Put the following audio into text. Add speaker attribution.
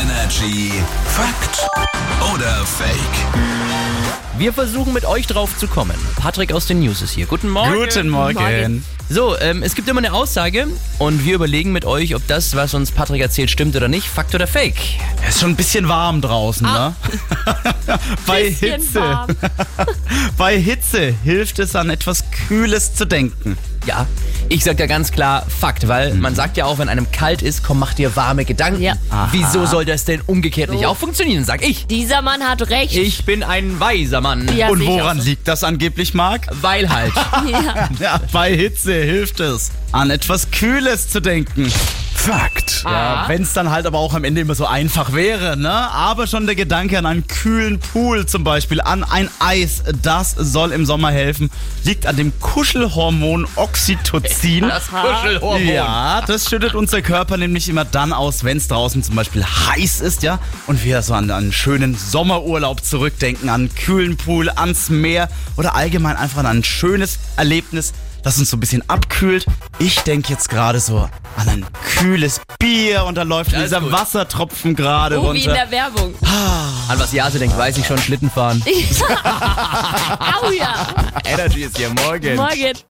Speaker 1: Energy Fakt oder Fake?
Speaker 2: Wir versuchen mit euch drauf zu kommen. Patrick aus den News ist hier. Guten Morgen.
Speaker 3: Guten Morgen.
Speaker 4: Morgen.
Speaker 2: So, ähm, es gibt immer eine Aussage und wir überlegen mit euch, ob das, was uns Patrick erzählt, stimmt oder nicht. Fakt oder Fake?
Speaker 3: Es ist schon ein bisschen warm draußen, ne? Bei
Speaker 4: Ah. Bisschen
Speaker 3: Hitze.
Speaker 4: warm.
Speaker 3: Bei Hitze hilft es an etwas Kühles zu denken.
Speaker 2: Ja, ich sag da ganz klar Fakt, weil
Speaker 3: Mhm.
Speaker 2: man sagt ja auch, wenn einem kalt ist, komm, mach dir warme Gedanken.
Speaker 4: Ja.
Speaker 2: Wieso soll das denn umgekehrt nicht auch funktionieren, sag ich.
Speaker 4: Dieser Mann hat recht.
Speaker 2: Ich bin ein weiser Mann.
Speaker 4: Ja,
Speaker 3: Und
Speaker 4: sehe ich auch
Speaker 3: woran
Speaker 4: so.
Speaker 3: liegt das angeblich, Marc?
Speaker 2: Weil halt.
Speaker 4: Ja.
Speaker 3: Ja, bei Hitze hilft es an etwas Kühles zu denken.
Speaker 1: Fakt.
Speaker 4: Ah.
Speaker 3: Ja, wenn es dann halt aber auch am Ende immer so einfach wäre, ne? Aber schon der Gedanke an einen kühlen Pool zum Beispiel, an ein Eis, das soll im Sommer helfen, liegt an dem Kuschelhormon Oxytocin.
Speaker 2: Das Kuschelhormon.
Speaker 3: Ja, das schüttet unser Körper nämlich immer dann aus, wenn es draußen zum Beispiel heiß ist, ja. Und wir so an einen schönen Sommerurlaub zurückdenken, an einen kühlen Pool, ans Meer oder allgemein einfach an ein schönes Erlebnis, das uns so ein bisschen abkühlt. Ich denke jetzt gerade so an ein kühles Bier und da läuft
Speaker 2: ist
Speaker 3: dieser
Speaker 2: gut.
Speaker 3: Wassertropfen gerade
Speaker 4: Oh, wie in
Speaker 3: runter.
Speaker 4: der Werbung.
Speaker 2: An was Jase denkt, weiß ich schon, Schlitten fahren.
Speaker 4: Au ja.
Speaker 2: Energy ist hier morgen.
Speaker 4: Morgen.